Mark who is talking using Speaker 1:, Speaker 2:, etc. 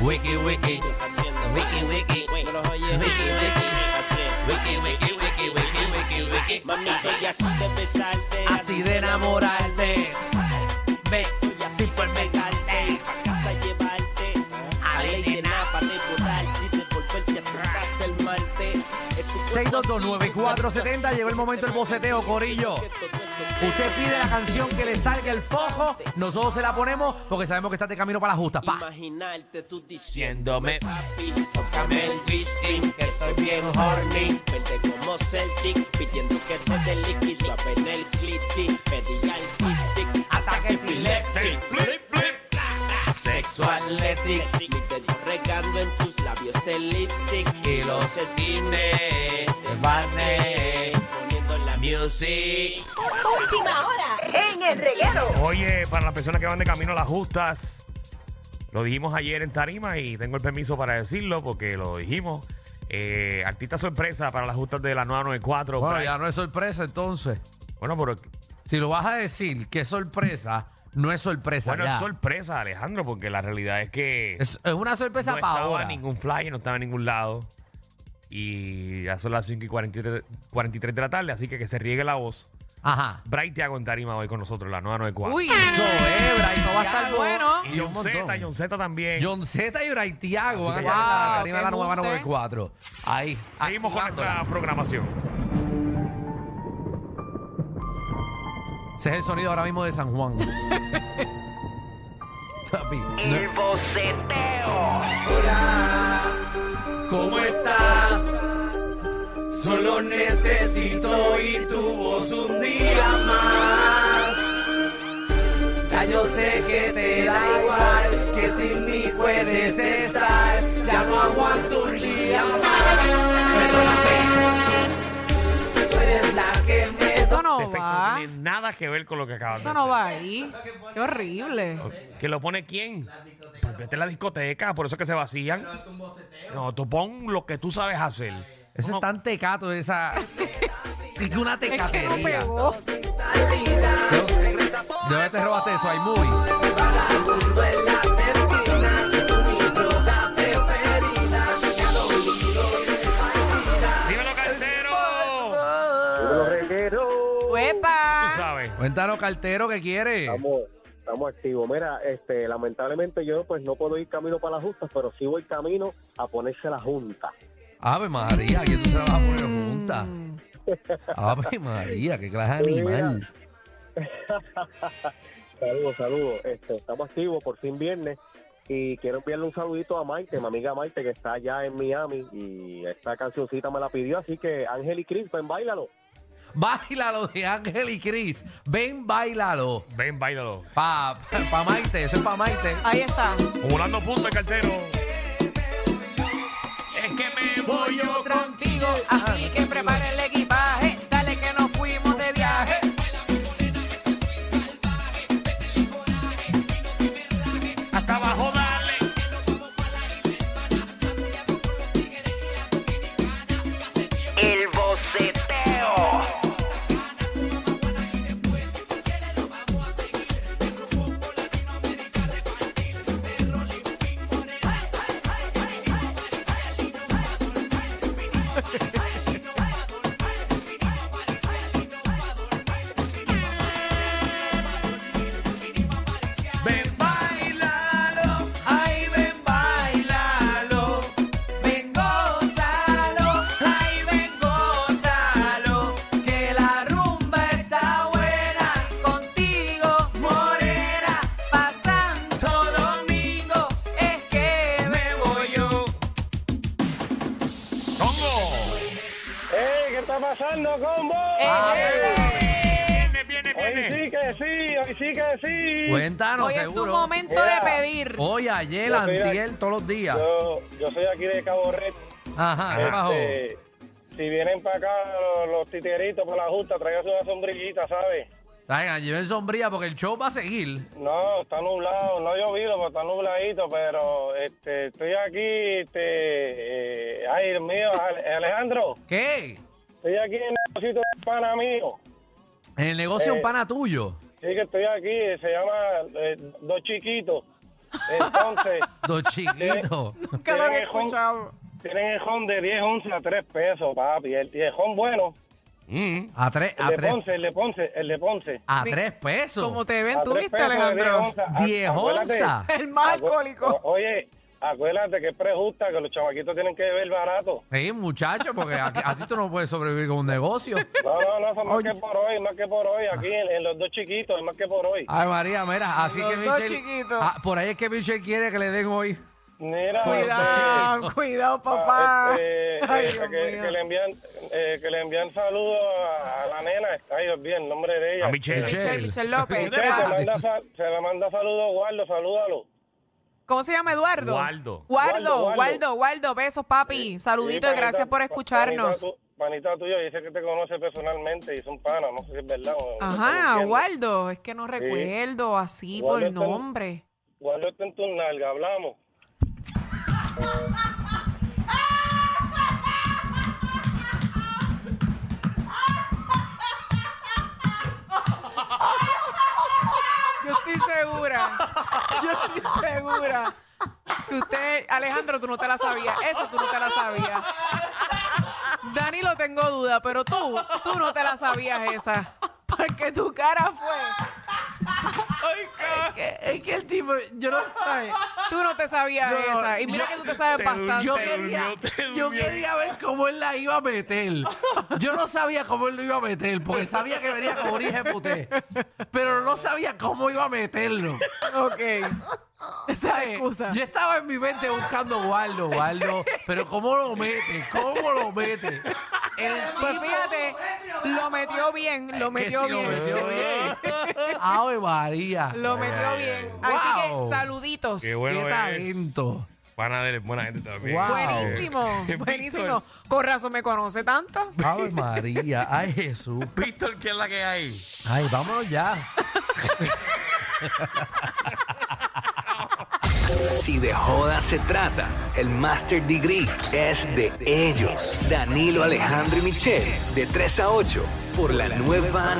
Speaker 1: boceteo.
Speaker 2: wiki, wiki, wiki, wiki, wiki,
Speaker 3: No los oyes.
Speaker 2: Wiki, wiki.
Speaker 3: Así es.
Speaker 2: wiki, wiki, wiki, wiki, wiki, wiki.
Speaker 3: Mami, estoy así de besarte.
Speaker 2: Así de enamorarte, ve,
Speaker 3: Estoy así por pegarte. Pa' casa llevarte. A ley de nada para devorarte. Y devolverte a tu casa el martes. Es tu cuerpo así, tu cuerpo
Speaker 4: 6229470
Speaker 3: así.
Speaker 4: llegó el momento del boceteo, Corillo. Usted pide la canción que le salga el fojo, nosotros se la ponemos porque sabemos que está de camino para las justas. Pa.
Speaker 3: Imaginarte tú
Speaker 2: Diciéndome,
Speaker 3: diciéndome papi, tócame el fisting, que estoy bien horny. Vente como Celtic, pidiendo que te dé liqui, suave en el clitty, pedí al fisting, ataque epileptic, flip, flip, sexo athletic, mi dedo regando en sus labios el lipstick y los skins de Barney, poniendo la music.
Speaker 5: Oye, para las personas que van de camino a las justas, lo dijimos ayer en Tarima y tengo el permiso para decirlo porque lo dijimos. Eh, artista sorpresa para las justas de la 994.
Speaker 4: Bueno,
Speaker 5: Brian-
Speaker 4: ya no es sorpresa entonces.
Speaker 5: bueno, pero
Speaker 4: Si lo vas a decir que es sorpresa, no es sorpresa
Speaker 5: bueno,
Speaker 4: ya.
Speaker 5: es sorpresa, Alejandro, porque la realidad es que
Speaker 4: Es- es una sorpresa
Speaker 5: no
Speaker 4: para
Speaker 5: estaba
Speaker 4: ahora.
Speaker 5: en ningún flyer, no estaba en ningún lado. Y ya son las 5 y 43, 43 de la tarde, así que que se riegue la voz.
Speaker 4: Ajá.
Speaker 5: Bright Tiago en Tarima hoy con nosotros, la 994.
Speaker 6: Uy,
Speaker 4: Eso es, Braito va a estar bueno.
Speaker 5: y John Z, John Z también.
Speaker 4: John Z y Braitiago van a
Speaker 5: Así que
Speaker 4: estar en la
Speaker 6: ya-
Speaker 4: tarima de la
Speaker 6: Wow,
Speaker 4: nueva
Speaker 6: qué
Speaker 4: 94. Ahí.
Speaker 5: Seguimos con
Speaker 4: activándola.
Speaker 5: nuestra programación.
Speaker 4: Ese es el sonido ahora mismo de San Juan. Papi, no-
Speaker 1: El boceteo.
Speaker 4: ¿Cómo estás? Solo necesito oír tu voz un día más.
Speaker 7: Ya yo sé que te da igual, que sin mí puedes estar. Ya no aguanto un día más. Perdóname, tú eres la que me
Speaker 6: eso no
Speaker 5: Perfecto, Este no
Speaker 6: va.
Speaker 5: tiene nada que ver con lo que acaban
Speaker 6: Eso
Speaker 5: de
Speaker 6: no va
Speaker 5: hacer.
Speaker 6: ahí. Qué horrible.
Speaker 5: ¿Que lo pone quién? Pues vete a la discoteca, por eso es que se vacían. No, tú pon lo que tú sabes hacer.
Speaker 4: Ese
Speaker 5: No,
Speaker 4: es tan tecato, esa. es que una
Speaker 6: Es que no
Speaker 4: tecatería.
Speaker 6: pegó.
Speaker 4: ¿De dónde te robaste eso, iMovie?
Speaker 7: vagabundo en las esquinas. Mi droga preferida. Ya lo
Speaker 5: ¡Dímelo, cartero! Tú
Speaker 6: ¡Huepa!
Speaker 5: sabes.
Speaker 4: Cuéntanos, cartero, ¿qué quiere?
Speaker 8: Estamos, estamos activos. Mira, este, lamentablemente yo pues no puedo ir camino para las justas, pero sí voy camino a ponerse la junta.
Speaker 4: Ave María, que tú se la vas a poner junta. Ave María, qué clase de animal.
Speaker 8: Saludos, saludos. Este, estamos activos por fin viernes y quiero enviarle un saludito a Maite, mi amiga Maite que está allá en Miami y esta cancioncita me la pidió, así que Ángel y Cris, ven, bailalo.
Speaker 4: Báilalo de Ángel y Cris. Ven, bailalo.
Speaker 5: Ven, bailalo.
Speaker 4: Pa, pa, pa Maite, eso es pa Maite.
Speaker 6: Ahí está.
Speaker 5: Acumulando puntos, el cartero. Es que me voy yo con...
Speaker 2: contigo, así que prepara el equipaje, dale que nos fuimos de viaje.
Speaker 5: Hasta abajo, dale.
Speaker 1: El boceteo.
Speaker 3: Combo, combo.
Speaker 2: Eh,
Speaker 5: Viene, viene,
Speaker 3: Hoy Ah, sí que sí, hoy sí que sí.
Speaker 4: Cuéntanos,
Speaker 2: Hoy es tu
Speaker 4: seguro.
Speaker 2: momento
Speaker 3: Mira.
Speaker 2: de pedir.
Speaker 4: Hoy, ayer,
Speaker 3: Yo soy de-
Speaker 4: antier, todos los días.
Speaker 3: Yo, yo soy aquí de Cabo Red.
Speaker 4: Ajá, ¿qué bajó?
Speaker 3: Este, si vienen para acá los, los titeritos por la justa, traigan una sombrillita, ¿sabes?
Speaker 4: Traigan, lleven sombría porque el show va a seguir.
Speaker 3: No, está nublado, no ha llovido, pero está nubladito, pero este, estoy aquí, este, eh, ay, Dios mío, Ale- Alejandro,
Speaker 4: ¿Qué?
Speaker 3: estoy aquí en el negocito de pana mío.
Speaker 4: En el negocio
Speaker 3: Eh.
Speaker 4: un pana tuyo.
Speaker 3: Sí que estoy aquí, eh, se llama eh, Dos Chiquitos. Entonces,
Speaker 4: Dos chiquitos.
Speaker 2: Que lo que
Speaker 3: tienen el home-
Speaker 2: escuchaba.
Speaker 3: tienen el home de 10 onzas a 3 pesos, papi, el, y el home bueno.
Speaker 5: Mm,
Speaker 4: A tres,
Speaker 3: El
Speaker 4: a
Speaker 3: de
Speaker 4: tres,
Speaker 3: Ponce, el de Ponce, el de Ponce.
Speaker 4: a tres pesos.
Speaker 2: Como te ven,
Speaker 3: A
Speaker 2: tú
Speaker 3: tres
Speaker 2: viste,
Speaker 3: pesos de
Speaker 2: Alejandro.
Speaker 4: 10
Speaker 3: Ah, acuérdate.
Speaker 4: onzas.
Speaker 2: El más
Speaker 3: Acu-
Speaker 2: alcohólico.
Speaker 3: o- Oye, acuérdate que es prejusta que los chavaquitos tienen que beber barato.
Speaker 4: Sí, muchacho, porque aquí- así tú no puedes sobrevivir con un negocio.
Speaker 3: No, no, no, son más
Speaker 4: Oye.
Speaker 3: que por hoy, más que por hoy. Aquí en, en los dos chiquitos, es más que por hoy.
Speaker 4: Ay, María, mira, así
Speaker 2: Los
Speaker 4: que
Speaker 2: dos
Speaker 4: Michelle.
Speaker 2: chiquitos.
Speaker 4: Ah, por ahí es que Michelle quiere que le den hoy.
Speaker 3: Mira,
Speaker 2: Cuidado,
Speaker 4: chiquitos.
Speaker 2: cuidado,
Speaker 3: este,
Speaker 2: papá.
Speaker 3: Ah, este,
Speaker 2: Ah. Ay,
Speaker 3: que-
Speaker 2: Dios
Speaker 3: que,
Speaker 2: mío.
Speaker 3: que le envían, eh, que le envían saludos a, a la nena. Ay, Dios mío, el nombre de ella.
Speaker 5: A Michelle.
Speaker 2: Michelle, Michelle López.
Speaker 3: Michelle, se,
Speaker 2: Gracias.
Speaker 3: manda, sal- se le manda saludos, Guardo, salúdalo.
Speaker 2: ¿Cómo se llama Eduardo?
Speaker 5: Waldo.
Speaker 2: Waldo,
Speaker 3: Waldo,
Speaker 2: Waldo,
Speaker 3: Waldo.
Speaker 2: Waldo, besos, papi. Saludito
Speaker 3: Sí,
Speaker 2: y gracias
Speaker 3: panita-
Speaker 2: por
Speaker 3: pa-
Speaker 2: escucharnos.
Speaker 3: Panita, tu- panita tuya, dice que te conoce personalmente y son panas, no sé si es verdad. o-
Speaker 2: Ajá,
Speaker 3: no entiendo.
Speaker 2: Waldo, es que no recuerdo así
Speaker 3: Waldo
Speaker 2: por
Speaker 3: está en-
Speaker 2: nombre.
Speaker 3: Guardo está en tu nalga, hablamos.
Speaker 2: Yo estoy segura, yo estoy segura que usted, Alejandro, tú no te la sabías, eso tú no te la sabías. Dani, lo tengo duda, pero tú, tú no te la sabías esa, porque tu cara fue,
Speaker 4: Es que el tipo, yo no
Speaker 2: tú no te sabías
Speaker 4: No, no,
Speaker 2: esa, y mira
Speaker 4: yo-
Speaker 2: que tú te sabes
Speaker 5: te
Speaker 2: bastante.
Speaker 4: Yo
Speaker 5: yo Te
Speaker 4: quería,
Speaker 5: durmió, te
Speaker 4: yo
Speaker 5: durmió.
Speaker 4: quería ver cómo él la iba a meter. Yo no sabía cómo él lo iba a meter, porque sabía que venía con un puté. Pero no sabía cómo iba a meterlo.
Speaker 2: Ok, esa es la excusa.
Speaker 4: Yo estaba en mi mente buscando Waldo, Waldo. Pero ¿cómo lo mete? ¿Cómo lo mete? El
Speaker 2: Pues
Speaker 4: tipo-
Speaker 2: fíjate, lo metió bien, lo
Speaker 4: que sí,
Speaker 2: metió bien.
Speaker 4: Lo metió bien. Ave María.
Speaker 2: Lo metió bien. Así que
Speaker 4: Wow.
Speaker 2: saluditos.
Speaker 5: Qué bueno
Speaker 4: Qué
Speaker 5: es.
Speaker 4: talento.
Speaker 5: Pana de buena gente también.
Speaker 4: Wow.
Speaker 2: Buenísimo,
Speaker 5: Eh, Víctor.
Speaker 2: buenísimo. Con razón me conoce tanto.
Speaker 4: Ave María. Ay, Jesús.
Speaker 5: Víctor, ¿qué es la que hay?
Speaker 4: Ay, vámonos ya.
Speaker 9: Si de joda se trata, el Master Degree es de ellos. Danilo Alejandro y Michelle, de 3 a 8, por la nueva